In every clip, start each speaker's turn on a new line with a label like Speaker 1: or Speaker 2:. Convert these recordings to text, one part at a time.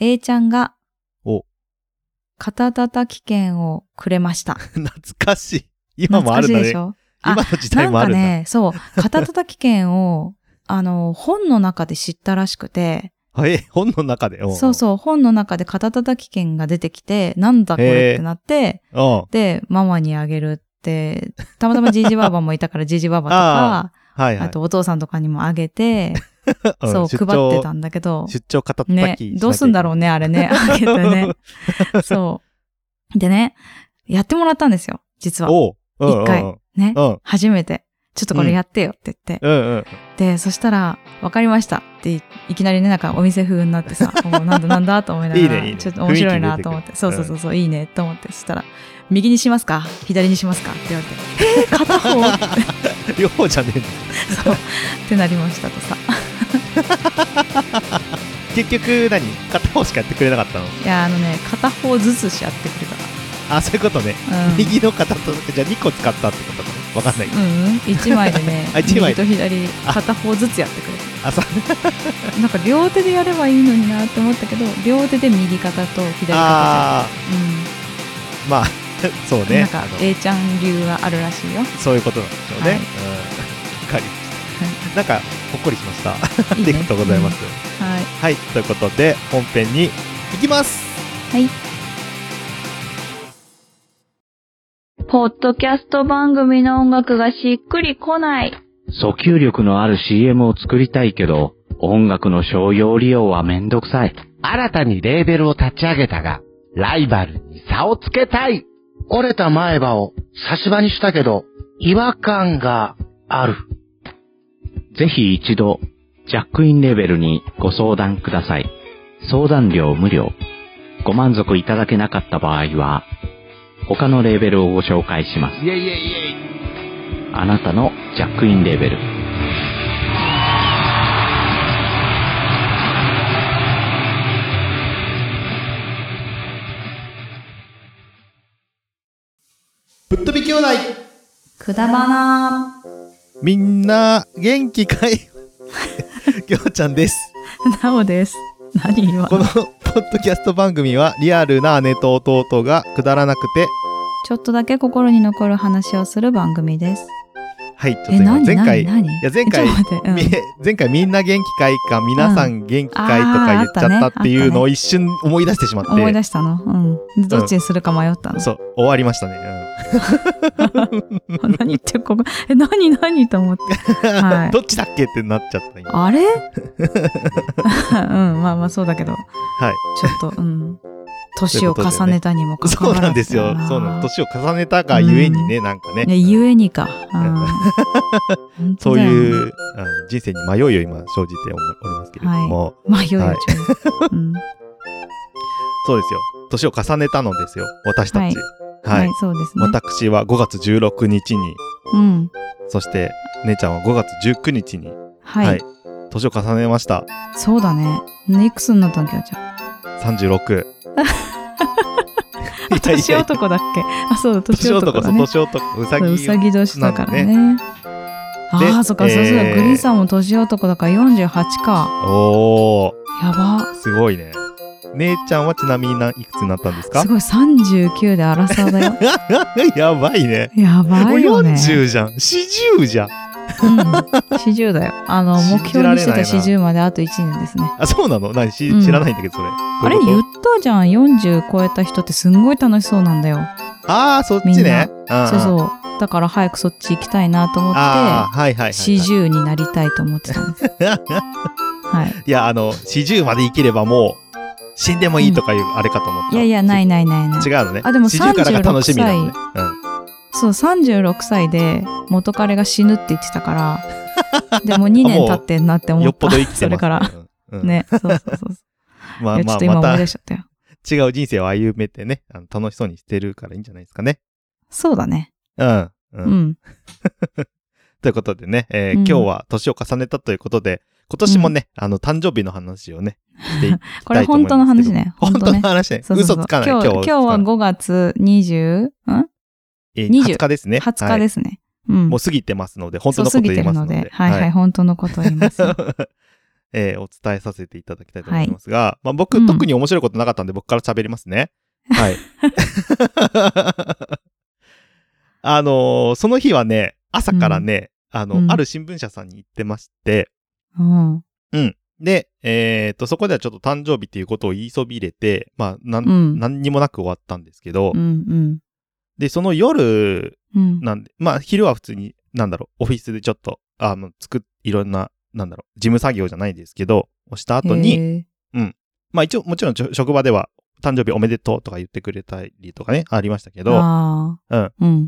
Speaker 1: A ちゃんが
Speaker 2: お、
Speaker 1: 肩叩き券をくれました。
Speaker 2: 懐かしい。 今
Speaker 1: 懐
Speaker 2: も
Speaker 1: か
Speaker 2: あ
Speaker 1: し
Speaker 2: る
Speaker 1: い
Speaker 2: んだ
Speaker 1: でし
Speaker 2: ね。
Speaker 1: ょあ
Speaker 2: 今の時代
Speaker 1: なん
Speaker 2: もあ
Speaker 1: か
Speaker 2: るんだ。
Speaker 1: ね、そう、肩叩き券を、あの、本の中で知ったらしくて、
Speaker 2: はい、本の中で。
Speaker 1: そうそう、本の中で肩叩き券が出てきて、なんだこれってなって、
Speaker 2: うん。うん。
Speaker 1: で、ママにあげるって、たまたまジジババもいたからジジババとか、
Speaker 2: はいは
Speaker 1: あ
Speaker 2: い。
Speaker 1: とお父さんとかにもあげ て、
Speaker 2: ん
Speaker 1: そう、
Speaker 2: 出
Speaker 1: 配
Speaker 2: 張
Speaker 1: ってたんだけど、
Speaker 2: 出張肩
Speaker 1: ね
Speaker 2: 叩き、
Speaker 1: どうすんだろうね、あれ ね、あげてね。そう。でね、やってもらったんですよ、実は。
Speaker 2: おう。うん
Speaker 1: 一回
Speaker 2: うん
Speaker 1: ね、
Speaker 2: うん。うん
Speaker 1: 初めて。ちょっとこれやってよって言って。
Speaker 2: うんうん。
Speaker 1: で、そしたら、わかりましたってい、いきなりね、なんかお店風になって さ、おうなんだなんだと思いながら、
Speaker 2: いいねいいね
Speaker 1: ちょっと面白いなと思って、そうそうそうそう、いいねと思って、そしたら、右にしますか左にしますかって言われて、え ー、片 方っ
Speaker 2: 両方じゃねえんだ
Speaker 1: てなりましたとさ。
Speaker 2: 結局何片方しかやってくれなかったの
Speaker 1: いや、あのね、片方ずつしやってくれたか
Speaker 2: あそういうことね、
Speaker 1: ら。うん。
Speaker 2: 右の片とじゃあ2個使ったってことかなわかんないけど
Speaker 1: うん、1枚でね
Speaker 2: あ一枚
Speaker 1: 右と左片方ずつやってくれた
Speaker 2: あそう
Speaker 1: なんか両手でやればいいのになって思ったけど両手で右肩と左肩じゃん
Speaker 2: あーまあ そう
Speaker 1: うん、
Speaker 2: ね
Speaker 1: なんか
Speaker 2: あの
Speaker 1: A ちゃん流はあるらしいよ
Speaker 2: そういうことなんでしょう
Speaker 1: は
Speaker 2: ね、
Speaker 1: い
Speaker 2: うんわかりましたなんかほっこりしましたあ
Speaker 1: いいね
Speaker 2: りがとうございます、
Speaker 1: うんはい
Speaker 2: はいということで本編に行きます
Speaker 1: はい
Speaker 3: ポッドキャスト番組の音楽がしっくりこない。
Speaker 4: 訴求力のある CM を作りたいけど、音楽の商用利用はめんどくさい。
Speaker 5: 新たにレーベルを立ち上げたが、ライバルに差をつけたい折れた前歯を差し歯にしたけど、違和感がある。
Speaker 4: ぜひ一度、ジャックインレベルにご相談ください。相談料無料。ご満足いただけなかった場合は、他のレーベルをご紹介します。
Speaker 5: イェイイェイイェイ
Speaker 4: あなたのジャックインレベル。
Speaker 2: ぶっ飛び兄弟
Speaker 1: くだばな
Speaker 2: みんな元気 かいきょうちゃんです
Speaker 1: なおです何今
Speaker 2: このポッドキャスト番組はリアルな姉と弟がくだらなくて
Speaker 1: ちょっとだけ心に残る話をする番組です
Speaker 2: はいちょっと
Speaker 1: え
Speaker 2: 今
Speaker 1: 何
Speaker 2: 前回
Speaker 1: 何何い
Speaker 2: や前回
Speaker 1: ちょっと待
Speaker 2: み
Speaker 1: って、
Speaker 2: 前回みんな元気かいか皆さん元気かいとか言っちゃったっていうのを一瞬思い出してしまっ
Speaker 1: うん、思い
Speaker 2: て、
Speaker 1: 出したのうんどっちにするか迷ったの、
Speaker 2: そう終わりましたね、
Speaker 1: 何言ってここえ何何と思って
Speaker 2: うん
Speaker 1: はい
Speaker 2: どっちだっけってなっちゃった今
Speaker 1: あれうん、まあまあそうだけど。
Speaker 2: はい。
Speaker 1: ちょっと、うん。年を重ねたにもかか
Speaker 2: そ
Speaker 1: わ
Speaker 2: う
Speaker 1: らず
Speaker 2: なんですよそうなん年を重ねたがゆえにね、なんかね
Speaker 1: ね、ゆえにか。 うん
Speaker 2: そ
Speaker 1: 本当
Speaker 2: う
Speaker 1: だよ
Speaker 2: い
Speaker 1: ね
Speaker 2: うあの人生に迷いを今生じておりますけれども、
Speaker 1: 迷いちょ
Speaker 2: はい
Speaker 1: うん
Speaker 2: そうですよ年を重ねたのですよ私たち
Speaker 1: は
Speaker 2: はい
Speaker 1: い、そうですね。
Speaker 2: 私は5月16日に
Speaker 1: うん。
Speaker 2: そして姉ちゃんは5月19日に、
Speaker 1: はい。
Speaker 2: 年を重ねました
Speaker 1: そうだね。ねいくつになったのきょうちゃん。
Speaker 2: 36いやい
Speaker 1: 年
Speaker 2: や
Speaker 1: 男だっけあ、そうだ、年
Speaker 2: 年
Speaker 1: 男
Speaker 2: 男
Speaker 1: だ
Speaker 2: そう
Speaker 1: ね。
Speaker 2: 年男うさぎ
Speaker 1: そううさぎ年だからね。ああ、そっか、
Speaker 2: えー
Speaker 1: そうそう。グリーンさんも年男だから48か。
Speaker 2: お
Speaker 1: やば
Speaker 2: ー。すごいね姉ちゃんはちなみにないくつになったんですか
Speaker 1: すごい、39で争サーだよ。
Speaker 2: やばいね
Speaker 1: やばい
Speaker 2: も
Speaker 1: よ
Speaker 2: う
Speaker 1: ね。
Speaker 2: 40じゃん40じゃん
Speaker 1: うん。四十だよ。あの、目
Speaker 2: 信じ
Speaker 1: 標
Speaker 2: ら
Speaker 1: に
Speaker 2: れないな
Speaker 1: してた四十まであと一年ですね。
Speaker 2: あそうなの何し、
Speaker 1: うん
Speaker 2: 知らないんだけどそれ
Speaker 1: あれ
Speaker 2: どうい
Speaker 1: 言
Speaker 2: う
Speaker 1: っ
Speaker 2: こ
Speaker 1: たじゃん。40超えた人ってすんごい楽しそうなんだよ。
Speaker 2: とああそっちねうん
Speaker 1: そう
Speaker 2: うん
Speaker 1: そう。だから早くそっち行きたいなと思
Speaker 2: あ
Speaker 1: っ
Speaker 2: あはいはいはい、はい、
Speaker 1: て、四十になりたいと思ってた の。はい。
Speaker 2: いやあの40まで生きればもう死んでもいいとかいうあれかと思った、
Speaker 1: いやいや、ないないないない
Speaker 2: 違。うのね。
Speaker 1: あでも
Speaker 2: 40からが楽しみなのね。
Speaker 1: そう、36歳で元彼が死ぬって言ってた から、でも2年経ってんなって
Speaker 2: うん。
Speaker 1: 思
Speaker 2: よ
Speaker 1: っ
Speaker 2: っぽど
Speaker 1: た。
Speaker 2: 生きてます、
Speaker 1: それから。。
Speaker 2: うん、
Speaker 1: ね。そうそうそうそう。
Speaker 2: まあ
Speaker 1: いやちょっ
Speaker 2: まあ、
Speaker 1: と今
Speaker 2: ま
Speaker 1: 思い
Speaker 2: た
Speaker 1: 出しちゃったよ。
Speaker 2: 違う人生を歩めてね、あの楽しそうにしてるからいいんじゃないですかね。
Speaker 1: そうだね。
Speaker 2: うん。うん
Speaker 1: うん。
Speaker 2: ということでね、えー
Speaker 1: うん
Speaker 2: 今日は年を重ねたということで、今年もね、あの、誕生日の話をね、していきたいと思いますけど
Speaker 1: これ本当の話ね。
Speaker 2: 本当の話ね。
Speaker 1: そうそうそう
Speaker 2: 嘘つかない。
Speaker 1: 今
Speaker 2: 今
Speaker 1: 日今
Speaker 2: 日
Speaker 1: 日は5月20、ん
Speaker 2: えー
Speaker 1: 20
Speaker 2: 20日ですね。。
Speaker 1: ?20 日ですすね。うん。
Speaker 2: もう過ぎてますので、本当
Speaker 1: そう過
Speaker 2: のこと
Speaker 1: ぎ
Speaker 2: 言
Speaker 1: て
Speaker 2: い
Speaker 1: る
Speaker 2: ます
Speaker 1: の
Speaker 2: の
Speaker 1: で
Speaker 2: で。。
Speaker 1: はいはい、本当のことを言いますよ。
Speaker 2: えーお伝えさせていただきたいと思いますが、まあ僕、特に面白いことなかったんで僕から喋ります ね。はい。 あのーその日はね、朝からね、あ
Speaker 1: う
Speaker 2: の、
Speaker 1: ん
Speaker 2: ある新聞社さんに行ってまして、
Speaker 1: うん。
Speaker 2: で、えっと、そこではちょっと誕生日っていうことを言いそびれて、まあ、なん、
Speaker 1: うん
Speaker 2: 何にもなく終わったんですけど、
Speaker 1: うん。うん。
Speaker 2: で、その夜
Speaker 1: うん。
Speaker 2: なんで、まあ、昼は普通に、なんだろう、オフィスでちょっと、あの、作っ、いろんな、なんだろう、事務作業じゃないですけど、をした後に、
Speaker 1: に、
Speaker 2: まあ一応もちろんちょ職場では誕生日おめでとうとか言ってくれたりとかね、ありましたけど、あ
Speaker 1: あ
Speaker 2: うん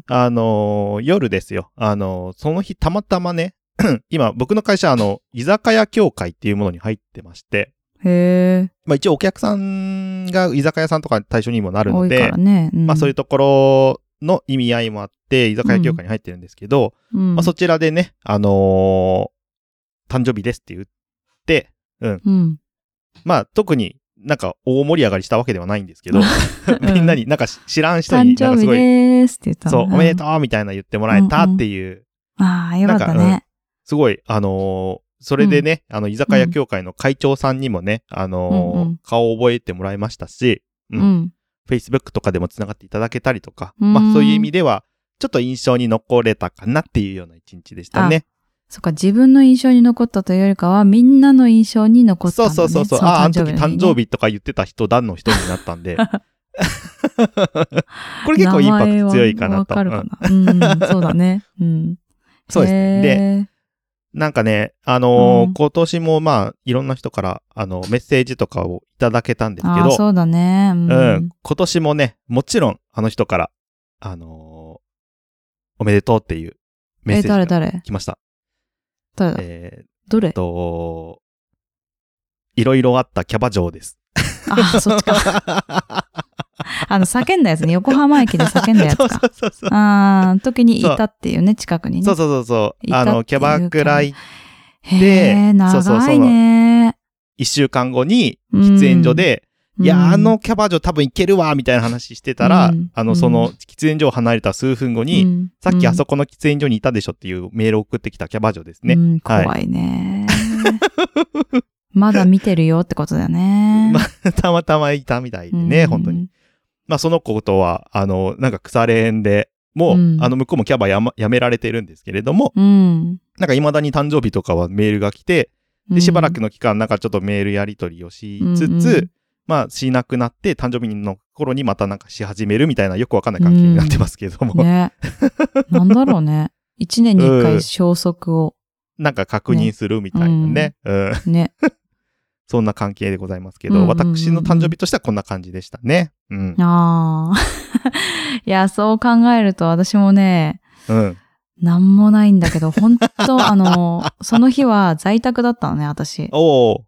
Speaker 1: あ。うん。
Speaker 2: のー夜ですよ。あのーその日たまたまね、 今僕の会社あの、居酒屋協会っていうものに入ってまして、
Speaker 1: へえ。
Speaker 2: まあ一応お客さんが居酒屋さんとか対象にもなる
Speaker 1: 多
Speaker 2: の
Speaker 1: いか
Speaker 2: で、
Speaker 1: らね。うん
Speaker 2: まあそういうところの意味合いもあって、居酒屋協会に入ってるんですけど、
Speaker 1: うん
Speaker 2: まあそちらでね、あのー誕生日ですって言って、
Speaker 1: うん。
Speaker 2: まあ特になんか大盛り上がりしたわけではないんですけど、
Speaker 1: うん
Speaker 2: みんなになんか知らん人
Speaker 1: 誕
Speaker 2: にな
Speaker 1: 生
Speaker 2: んかす
Speaker 1: 日
Speaker 2: ごい、
Speaker 1: でーすって言った
Speaker 2: そう、おめでと
Speaker 1: う。
Speaker 2: うみたいな言ってもらえたっていう、
Speaker 1: ああ、よかった
Speaker 2: なん
Speaker 1: ね。
Speaker 2: すごい、あのーそれでね、あの、居酒屋協会の会長さんにもね、あのー
Speaker 1: うんうん
Speaker 2: 顔を覚えてもらいましたし、う
Speaker 1: うんん。
Speaker 2: Facebook とかでも繋がっていただけたりとか、
Speaker 1: うん
Speaker 2: まあそういう意味では、ちょっと印象に残れたかなっていうような一日でしたね。
Speaker 1: そっか、自分の印象に残ったというよりかは、みんなの印象に残ったん
Speaker 2: そう
Speaker 1: だね。
Speaker 2: そうそうそう、ああ、あの時誕生
Speaker 1: 日
Speaker 2: 日とか言ってた人、団の人になった んで。これ結構インパクト強いかなと。
Speaker 1: 名前はわ
Speaker 2: うん
Speaker 1: かるかな。うん、そうだ ね。うん。
Speaker 2: そうですね。で、
Speaker 1: へー
Speaker 2: なんかね、あのー
Speaker 1: うん
Speaker 2: 今年もまあ、いろんな人から、あの、メッセージとかをいただけたんですけ
Speaker 1: ああ、
Speaker 2: ど、
Speaker 1: そうだね。う。
Speaker 2: うんん、今年もね、もちろん、あの人から、あのーおめでとうっていうメッ
Speaker 1: え、
Speaker 2: セー
Speaker 1: 誰
Speaker 2: ジが
Speaker 1: 誰
Speaker 2: 来ました。
Speaker 1: 誰だ
Speaker 2: えーっ
Speaker 1: どれ
Speaker 2: と、いろいろあったキャバ嬢です。
Speaker 1: ああ、そっちか。 あの、叫んだやつね。横浜駅で叫んだやつ
Speaker 2: そう
Speaker 1: か
Speaker 2: そ。うそうそう。
Speaker 1: ああ、時にいたっていうね、近くにね。
Speaker 2: そうそうそうそう。
Speaker 1: いた
Speaker 2: あ
Speaker 1: っていう
Speaker 2: の、キャバクラ行っ
Speaker 1: へえ、
Speaker 2: でそうそう
Speaker 1: 長いね。
Speaker 2: 一週間後に、
Speaker 1: うん
Speaker 2: 喫煙所で、いや、
Speaker 1: うん
Speaker 2: あの、キャバ嬢多分行けるわ、みたいな話してたら、
Speaker 1: うん
Speaker 2: あの、その、喫煙所を離れた数分後に、
Speaker 1: うん
Speaker 2: さっきあ
Speaker 1: こ
Speaker 2: そこの喫煙所にいたでしょっていうメールを送ってきたキャバ嬢ですね。
Speaker 1: うん、
Speaker 2: はい
Speaker 1: 怖い ね。まだ見てるよってことだよね。
Speaker 2: またまたまいたみたいでね、本当に。。まあ、その子とは、あの、なんか腐れ縁で、もう、
Speaker 1: うん
Speaker 2: あの、向こうもキャバや,、ま、やめられてるんですけれども、
Speaker 1: うん。
Speaker 2: なんか未だに誕生日とかはメールが来て、
Speaker 1: うん
Speaker 2: で、しばらくの期間、なんかちょっとメールやり取りをしつ
Speaker 1: う
Speaker 2: つ、
Speaker 1: んうん
Speaker 2: まあ、しなくなって、誕生日の頃にまたなんかし始めるみたいな、よくわかんない関係になってますけれども、
Speaker 1: ね。なんだろうね。一年に一回消息を。
Speaker 2: なんか確認するみたいなね。うん。
Speaker 1: ね。
Speaker 2: そんな関係でございますけど、
Speaker 1: うんうんうんうん
Speaker 2: 私の誕生日としてはこんな感じでしたね。うん。
Speaker 1: ああ。 いや、そう考えると私もね、
Speaker 2: うん。
Speaker 1: なんもないんだけど、本 当あの、その日は在宅だったのね、私。
Speaker 2: おー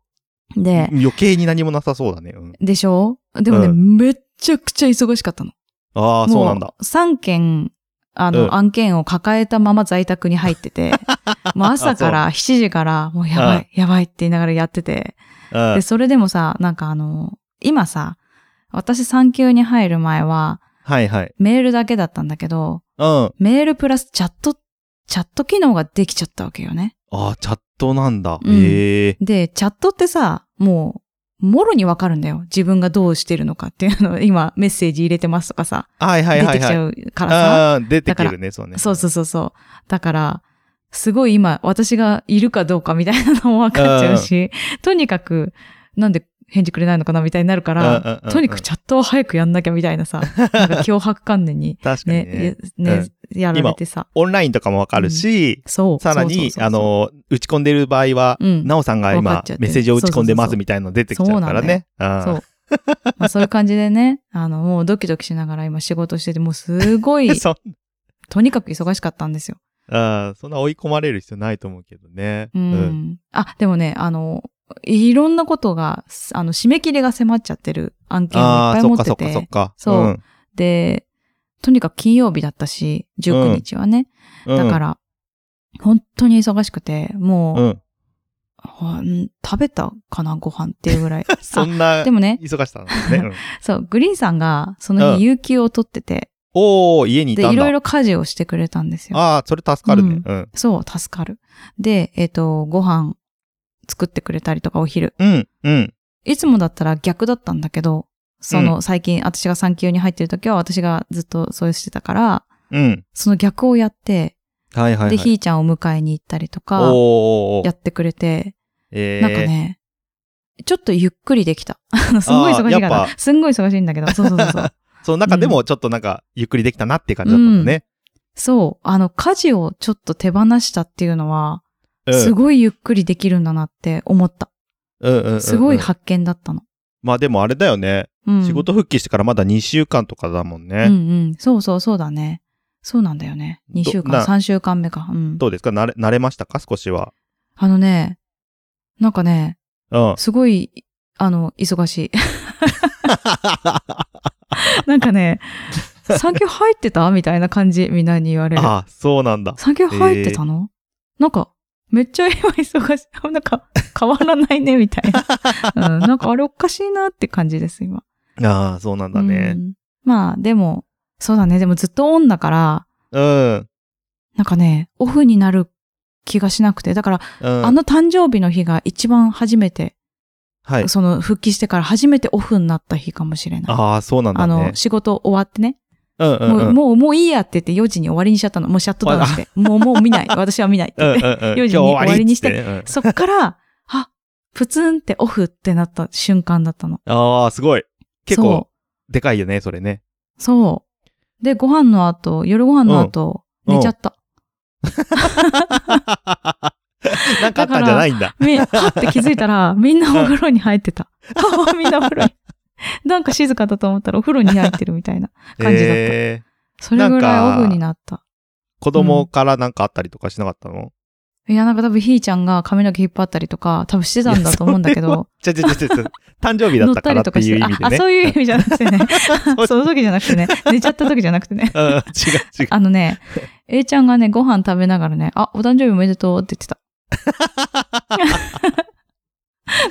Speaker 1: で、
Speaker 2: 余計に何もなさそうだね。うん。
Speaker 1: でしょでもね、
Speaker 2: う
Speaker 1: めっちゃくちゃ忙しかったの。
Speaker 2: ああ、
Speaker 1: も
Speaker 2: そうなんだ。
Speaker 1: 3件、あの、
Speaker 2: うん
Speaker 1: 案件を抱えたまま在宅に入ってて、 もう朝から7時から、もうやばい、やばいって言いながらやってて、
Speaker 2: うん
Speaker 1: で、それでもさ、なんかあの、今さ、私産休に入る前は、
Speaker 2: はいはい。
Speaker 1: メールだけだったんだけど、
Speaker 2: うん。あ
Speaker 1: メールプラスチャット、チャット機能ができちゃったわけよね。
Speaker 2: あ、チャットなんだ。
Speaker 1: うん
Speaker 2: へえ。
Speaker 1: で、チャットってさ、もう、もろにわかるんだよ。自分がどうしてるのかっていうのを、今メッセージ入れてますとかさ、
Speaker 2: はいはい
Speaker 1: 出
Speaker 2: は
Speaker 1: て
Speaker 2: い
Speaker 1: き
Speaker 2: は
Speaker 1: ち
Speaker 2: い。
Speaker 1: ゃうからさ。
Speaker 2: ああー、出てくるね、そうね。。
Speaker 1: そうそううそうそう。だから、すごい今、私がいるかどうかみたいなのも分かっちゃうし、とにかく、なんで返事くれないのかなみたいになるか
Speaker 2: うんうん
Speaker 1: ら
Speaker 2: うんう、ん
Speaker 1: とにかくチャットを早くやんなきゃみたいな さ、なんか脅迫観念に
Speaker 2: 確かにね
Speaker 1: ね、。ね、やられてさ。
Speaker 2: オンラインとかもわかるし、
Speaker 1: そう。
Speaker 2: さらに
Speaker 1: そうそうそう、そう
Speaker 2: あ、の、打ち込んでる場合は、
Speaker 1: うん
Speaker 2: なおさんが
Speaker 1: わか
Speaker 2: 今
Speaker 1: っちゃっ、て
Speaker 2: メッセージを打ち込んでま
Speaker 1: そうそうそうそ
Speaker 2: す
Speaker 1: う
Speaker 2: みたいなの出てきちゃうからね。うん、
Speaker 1: そう。まあ、そういう感じでね、あの、もうドキドキしながら今仕事してて、もうすごい
Speaker 2: そ
Speaker 1: とにかく忙しかったんですよ。
Speaker 2: うんそんな追い込まれる必要ないと思うけどね。
Speaker 1: うん。あ、でもね、あの、いろんなことが、すあの、締め切りが迫っちゃってる案件をいっ
Speaker 2: あ
Speaker 1: ぱ
Speaker 2: あ、
Speaker 1: い
Speaker 2: そ
Speaker 1: 持
Speaker 2: っ
Speaker 1: っ
Speaker 2: かそ
Speaker 1: て、
Speaker 2: っかそってか。。、
Speaker 1: そうんで、とにかく金曜日だったし、19日はね。だからら、本当に忙しくて、もう、
Speaker 2: うん。。
Speaker 1: ほん食べたかな、ご飯っていうぐらい
Speaker 2: そんな
Speaker 1: で、もね、
Speaker 2: 忙しさなんですね。うん
Speaker 1: そう、グリーンさんが、そ
Speaker 2: うん
Speaker 1: の日、有給を取ってて、
Speaker 2: おー、家にい
Speaker 1: で、
Speaker 2: たん
Speaker 1: いろい
Speaker 2: だ。
Speaker 1: ろ家事をしてくれたんですよ。
Speaker 2: ああ、それ助かるね。うん。
Speaker 1: そう、助かる。で、えっ、と、ご飯作ってくれたりとかお昼。
Speaker 2: うん、うん。
Speaker 1: いつもだったら逆だったんだけど、その最近私が産休に入ってる時は私がずっとそうしてたから、
Speaker 2: うん。
Speaker 1: その逆をやって、
Speaker 2: はいはい、はい。
Speaker 1: で、ひーちゃんを迎えに行ったりと
Speaker 2: お
Speaker 1: か、
Speaker 2: ーおーおー
Speaker 1: やってくれて、
Speaker 2: えー、
Speaker 1: なんかね、ちょっとゆっくりできた。 あのすんごい忙しいか
Speaker 2: やっ
Speaker 1: ら
Speaker 2: ぱ。
Speaker 1: すんごい忙しいん だけど、そうそうそうそう。
Speaker 2: そう、なんかでもちょっとなんか、ゆっくりできたなっていう感じだったんだね。
Speaker 1: そう、あの、家事をちょっと手放したっていうのは、
Speaker 2: うん。
Speaker 1: すごいゆっくりできるんだなって思った。
Speaker 2: うんうんうんうん
Speaker 1: すごい発見だったの。
Speaker 2: まあでもあれだよね。
Speaker 1: うん。
Speaker 2: 仕事復帰してからまだ2週間とかだもんね。
Speaker 1: うんうん。そうそうそうだね。そうなんだよね。2週
Speaker 2: ど
Speaker 1: 間、
Speaker 2: な
Speaker 1: 3週間目か。うん。
Speaker 2: どうですか慣れ、慣れましたか少しは。
Speaker 1: あのね、なんかね、
Speaker 2: うん。
Speaker 1: すごい、あの、忙しい。 なんかね、産休入ってたみたいな感じ、みんなに言われる。
Speaker 2: あ、そうなんだ。
Speaker 1: 産休入ってたの、なんか、めっちゃ今忙しい。なん か、変わらないね、みたいな。うん、なんか、あれおかしいなって感じです、今。
Speaker 2: ああ、そうなんだ
Speaker 1: う
Speaker 2: ね。
Speaker 1: んまあ、でも、そうだね。でもずっとオンだから、
Speaker 2: うん。うん。
Speaker 1: なんかね、オフになる気がしなくて。だから、あ
Speaker 2: あ、
Speaker 1: の誕生日の日が一番初めて、
Speaker 2: はい。
Speaker 1: その、復帰してから初めてオフになった日かもしれない。
Speaker 2: ああ、そうなんだ
Speaker 1: あの
Speaker 2: ね、。
Speaker 1: 仕事終わってね。
Speaker 2: うんうん
Speaker 1: も
Speaker 2: うん。
Speaker 1: う、もう、もういいやって言って4時に終わりにしちゃったの。もうシャットダウン して。もう、もう見ない。私は見ないって
Speaker 2: うん
Speaker 1: 言っ
Speaker 2: うんうん
Speaker 1: て。
Speaker 2: 今
Speaker 1: 4時に
Speaker 2: 日終わりっつってね
Speaker 1: 終
Speaker 2: うん
Speaker 1: そっから、あ、プツンってオフってなった瞬間だったの。
Speaker 2: ああ、すごい。結構
Speaker 1: そ、
Speaker 2: でかいよね、そ れね。
Speaker 1: う。そう。で、ご飯の後、夜ご飯の後、
Speaker 2: うん
Speaker 1: 寝ちゃった。
Speaker 2: なんかあったんじゃないんだ。
Speaker 1: み、はって気づいたら、みんなお風呂に入って た。みんなお風呂に。なんか静かだと思ったらお風呂に入ってるみたいな。感じだった
Speaker 2: えー
Speaker 1: それぐ
Speaker 2: な
Speaker 1: らい
Speaker 2: んか
Speaker 1: オフになった。
Speaker 2: 子供からなんかあったりとかしなかったの
Speaker 1: いや、なんか多分ひーちゃんが髪の毛引っ張ったりとか、多分してたんだと思うんだけ ど、
Speaker 2: ちゃちゃちゃちゃ、誕生日 だ
Speaker 1: 乗
Speaker 2: っ
Speaker 1: った
Speaker 2: か
Speaker 1: た
Speaker 2: ら
Speaker 1: り
Speaker 2: っ
Speaker 1: と
Speaker 2: て
Speaker 1: かし
Speaker 2: いう
Speaker 1: て、
Speaker 2: 意
Speaker 1: あ
Speaker 2: 味で
Speaker 1: あ、
Speaker 2: ね。
Speaker 1: そういう意味じゃなく てね。その時じゃなくてね。寝ちゃった時じゃなくてね。
Speaker 2: うん、違う違う。
Speaker 1: あのね、A ちゃんがね、ご飯食べながらね、あ、お誕生日おめでとうって言って た。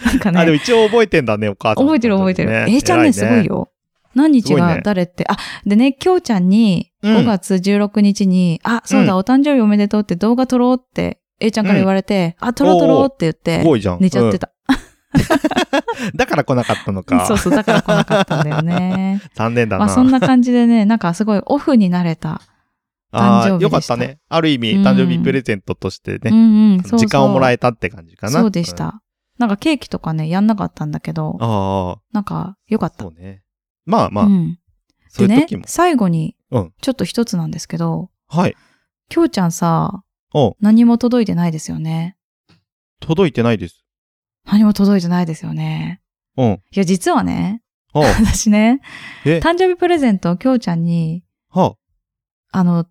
Speaker 1: なんか
Speaker 2: あ、でも
Speaker 1: ね、
Speaker 2: 一応覚えてんだね、お母さん。
Speaker 1: 覚えてる覚えてる。
Speaker 2: ね
Speaker 1: A ちゃんね、すごい。よ。何日
Speaker 2: すごい
Speaker 1: が
Speaker 2: ね
Speaker 1: 誰って、あ、でね、きょうちゃんに、
Speaker 2: うん
Speaker 1: 5月16日に、あ、そうだ、
Speaker 2: う
Speaker 1: お誕生日おめでとうって動画撮ろうって、A ちゃんから言われて、あ、撮ろう撮ろうって言っ
Speaker 2: 偉いね
Speaker 1: て
Speaker 2: す、ごいじゃん。
Speaker 1: 寝ちゃって
Speaker 2: た。
Speaker 1: た。
Speaker 2: だから来なかったの か
Speaker 1: そう。そう、だから来なかったんだよね。
Speaker 2: 残 念だ
Speaker 1: ま
Speaker 2: な。
Speaker 1: あそんな感じでね、なんかすごいオフになれた。
Speaker 2: あ
Speaker 1: 誕生
Speaker 2: ー
Speaker 1: 日
Speaker 2: よか
Speaker 1: で
Speaker 2: っ
Speaker 1: したた
Speaker 2: ね。ある意味、
Speaker 1: うん
Speaker 2: 誕生日プレゼントとして
Speaker 1: う
Speaker 2: ね、
Speaker 1: んうん、そうそう
Speaker 2: 時間をもらえたって感じかな。
Speaker 1: そうでし
Speaker 2: ん。あ
Speaker 1: た。なんかケーキとかね、やんなかったんだけど、
Speaker 2: あ、
Speaker 1: なんか良かった。
Speaker 2: そうね。まあまあ
Speaker 1: う、ん、
Speaker 2: そういう
Speaker 1: でね
Speaker 2: 時も、。
Speaker 1: 最後に
Speaker 2: うん、
Speaker 1: ちょっと一つなんですけど、
Speaker 2: はい。
Speaker 1: きょうちゃんさ、
Speaker 2: おう
Speaker 1: 何も届いてないですよね。
Speaker 2: 届いてないです。
Speaker 1: 何も届いてないですよね。
Speaker 2: うん。
Speaker 1: いや、実はね、
Speaker 2: おう
Speaker 1: 私ね、
Speaker 2: え
Speaker 1: 誕生日プレゼントをきょうちゃんに、
Speaker 2: は
Speaker 1: あの、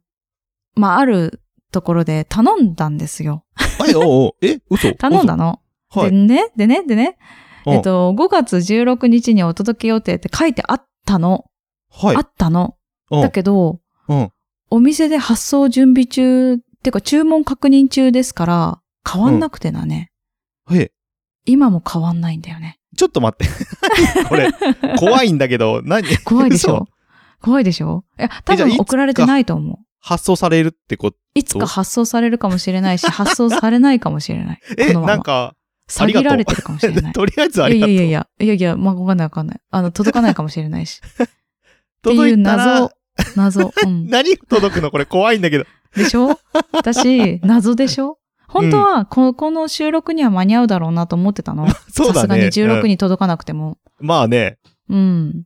Speaker 1: まあ、あるところで頼んだんですよ。
Speaker 2: あ。え、おうおうえ、嘘
Speaker 1: 頼んだの。
Speaker 2: 嘘はい
Speaker 1: で。ね、でね、でね、
Speaker 2: うん
Speaker 1: えっと、5月16日にお届け予定って書いてあったの。
Speaker 2: はい
Speaker 1: あ。ったの。
Speaker 2: うん
Speaker 1: だけど、
Speaker 2: うん。
Speaker 1: お店で発送準備中、ってか注文確認中ですから、変わんなくてだね。
Speaker 2: え、
Speaker 1: 今も変わんないんだよね。
Speaker 2: ちょっと待って。 これ、怖いんだけど、何
Speaker 1: 怖いでし
Speaker 2: 嘘
Speaker 1: ょ怖いでしょいや、多
Speaker 2: えじゃあいつ
Speaker 1: 分
Speaker 2: か
Speaker 1: 送られてないと思う。
Speaker 2: 発送されるってこと。
Speaker 1: いつか発送されるかもしれ ないし、発送されないかもしれない。
Speaker 2: え、
Speaker 1: このまま
Speaker 2: なんか、あ
Speaker 1: 詐
Speaker 2: り
Speaker 1: 欺
Speaker 2: がとう
Speaker 1: られてるかもし れない。
Speaker 2: とりあえずあ
Speaker 1: い
Speaker 2: り
Speaker 1: や
Speaker 2: がと。
Speaker 1: いうやいや、いやいや、まあ、わかんないわかんない。あの、届かないかもしれないし。って
Speaker 2: 届
Speaker 1: いう
Speaker 2: いたら
Speaker 1: 謎、、謎。う ん。
Speaker 2: 何が届くのこれ怖いんだけど。
Speaker 1: でしょ私、謎でしょ本当は、こ、この収録には間に合うだろうなと思ってたの。
Speaker 2: そう
Speaker 1: さ
Speaker 2: だ
Speaker 1: すがに
Speaker 2: ね。
Speaker 1: 16
Speaker 2: うん
Speaker 1: に届かなくても。
Speaker 2: まあね、
Speaker 1: うん。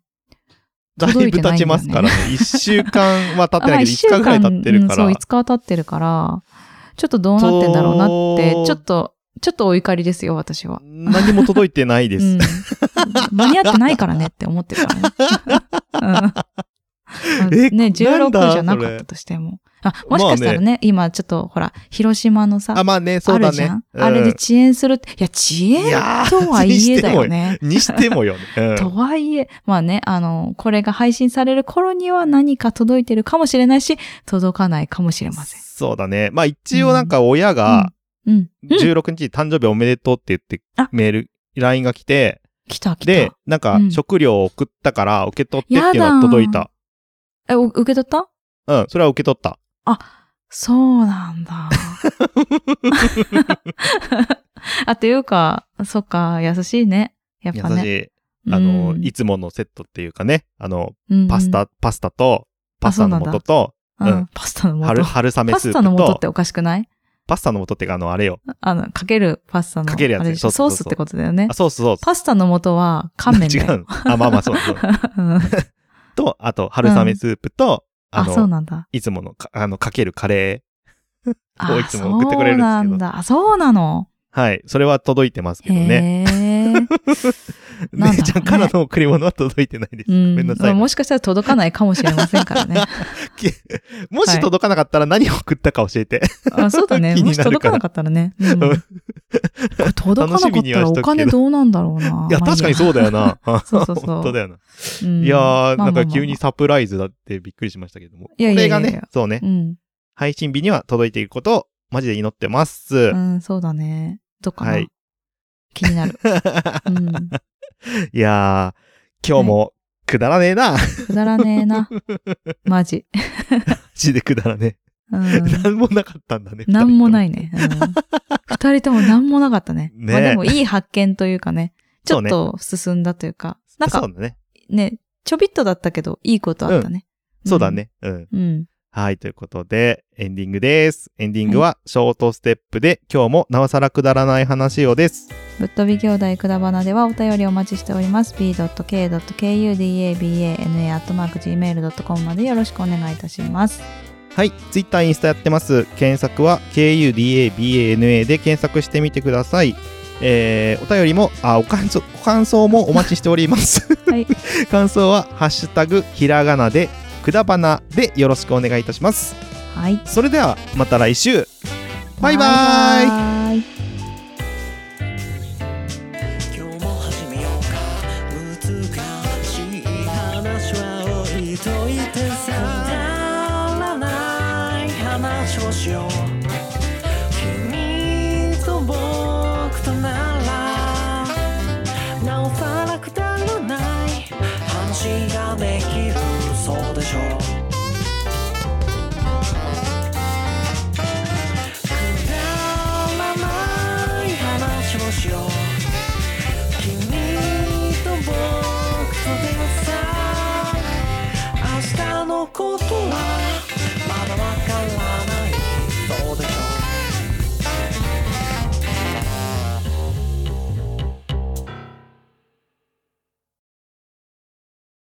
Speaker 2: だいぶ経ちますからね。 一週間は経ってないけど、5日ぐらい経ってるか
Speaker 1: うん
Speaker 2: ら
Speaker 1: そう、。5日は経ってるから、ちょっとどうなってんだろうなって
Speaker 2: そう、
Speaker 1: ちょっと、ちょっとお怒りですよ、私は。
Speaker 2: 何も届いてないで
Speaker 1: う
Speaker 2: す
Speaker 1: ん。間に合ってないからねって思ってる からね。うんね、
Speaker 2: えなん
Speaker 1: 16
Speaker 2: だ
Speaker 1: じゃなかったとしても。あ、もしかしたらね、今ちょっとほら、広島のさ、
Speaker 2: あ、まあね、そうだ
Speaker 1: あるじ
Speaker 2: ね
Speaker 1: ゃん。
Speaker 2: うん
Speaker 1: あれで遅延するって。いや、遅
Speaker 2: い
Speaker 1: 延
Speaker 2: やー
Speaker 1: とはいえだよね。
Speaker 2: に しても よね。うん
Speaker 1: とはいえ、まあね、あの、これが配信される頃には何か届いてるかもしれないし、届かないかもしれま せん。
Speaker 2: そうだね。まあ一応なんか親が
Speaker 1: うん。うん、
Speaker 2: 16日に誕生日おめでとうって言って
Speaker 1: あ
Speaker 2: メール、LINE が来て、
Speaker 1: 来た来た。
Speaker 2: で、なんか
Speaker 1: うん
Speaker 2: 食料を送ったから受け取ってっていうの
Speaker 1: や
Speaker 2: は
Speaker 1: だー
Speaker 2: 届いた。
Speaker 1: え、お受け取った
Speaker 2: うん、それは受け取った。
Speaker 1: そうなんだ。あ、というか、そっか、優しいね。やっ
Speaker 2: 優
Speaker 1: ぱね。
Speaker 2: しい。あ
Speaker 1: う
Speaker 2: の、
Speaker 1: ん
Speaker 2: いつものセットっていうかね、あの、
Speaker 1: うん
Speaker 2: パスタ、パスタと、パスタの素と、
Speaker 1: うん
Speaker 2: うん
Speaker 1: パスタの
Speaker 2: 春、
Speaker 1: 素。
Speaker 2: 春雨
Speaker 1: パス
Speaker 2: スープと
Speaker 1: タ、の素っておかしくない
Speaker 2: パスタの素っていうか、あの、あれよ。
Speaker 1: あの、かけるパスタの。
Speaker 2: かけるやつ
Speaker 1: あれでしょ
Speaker 2: そ
Speaker 1: ソ
Speaker 2: う
Speaker 1: ー
Speaker 2: そうそう
Speaker 1: スってことだよね
Speaker 2: あ、。そうそうそう。
Speaker 1: パスタの素は乾麺だ
Speaker 2: 違
Speaker 1: よ。
Speaker 2: う。あ、まあまあ、そうそう。
Speaker 1: うん。
Speaker 2: と、あと、春雨スープと、あ
Speaker 1: あ、そう
Speaker 2: の、
Speaker 1: なんだ。
Speaker 2: いつものか、あの、かけるカレ
Speaker 1: あ
Speaker 2: こういつも送ってくれ
Speaker 1: そ
Speaker 2: るんですけど
Speaker 1: うなんだ。あそうなの。
Speaker 2: ー。はい。それは届いてますけ
Speaker 1: へ
Speaker 2: どね。
Speaker 1: え。なんだろうね
Speaker 2: 姉ちゃんからの贈り物は届いてないです。
Speaker 1: う
Speaker 2: ごめんなさい。
Speaker 1: まあ
Speaker 2: も
Speaker 1: も
Speaker 2: し、
Speaker 1: しかしたら届かないかもしれませんからね。
Speaker 2: もし届かなかったら何を送ったか教えて。
Speaker 1: あそうだね。
Speaker 2: 気にな
Speaker 1: も
Speaker 2: る
Speaker 1: し届
Speaker 2: から
Speaker 1: かなかったらね。うんこれ届かなか
Speaker 2: 楽し
Speaker 1: っ
Speaker 2: みに
Speaker 1: た
Speaker 2: は
Speaker 1: ら
Speaker 2: し
Speaker 1: お
Speaker 2: とくけ
Speaker 1: 金
Speaker 2: ど
Speaker 1: どうなんだろうな。
Speaker 2: いや、
Speaker 1: まあ
Speaker 2: 確かにそうだよな。
Speaker 1: そうそうそう
Speaker 2: 本当だよな。
Speaker 1: い
Speaker 2: いやー、なんか急。
Speaker 1: うんまあまあまあま
Speaker 2: に
Speaker 1: あ
Speaker 2: サプライズだってびっくりしましたけども。こ
Speaker 1: いやいや
Speaker 2: れ
Speaker 1: いや
Speaker 2: が
Speaker 1: いや
Speaker 2: ね、そうね
Speaker 1: う、ん。
Speaker 2: 配信日には届いていくことをマジで祈ってます
Speaker 1: う。ん、そうだね。どっかな、
Speaker 2: はい
Speaker 1: 気になる。うん。
Speaker 2: いやー、今日もくだらねえな。マ
Speaker 1: くだらねえ な。マジ。
Speaker 2: ジでくだらね
Speaker 1: う
Speaker 2: え。
Speaker 1: ん。
Speaker 2: なんもなかったんだね。。
Speaker 1: なんもないいね。うん 二人ともなんもなかったね。
Speaker 2: ね
Speaker 1: まあでもいい発見というかね。ち
Speaker 2: そ
Speaker 1: ょ
Speaker 2: う
Speaker 1: っ
Speaker 2: ね
Speaker 1: と進んだというか。なん
Speaker 2: そ
Speaker 1: か
Speaker 2: うだね。
Speaker 1: ね、ちょびっとだったけど、いいことあったね。
Speaker 2: そうだね。うん。
Speaker 1: うん。うん。
Speaker 2: はい、ということで、エンディングです。エンディングは、ショートステップで、今日もなおさらくだらない話をです。
Speaker 1: ぶっ飛び兄弟くだばなではお便りお待ちしております。b.k.kudabana.gmail.com までよろしくお願いいたします。
Speaker 2: はい、ツイッター、インスタやってます。検索は KUDABANA で検索してみてください。えーお便りも、あ、お感想、ご感想もお待ちしております。
Speaker 1: はい。
Speaker 2: 感想は、ハッシュタグ、ひらがなで、くだばなでよろしくお願いいたします。
Speaker 1: はい。
Speaker 2: それでは、また来週バイバイ
Speaker 1: バイ。
Speaker 6: 今日も始めようか難しい話は置いといてさくだらない話をしよう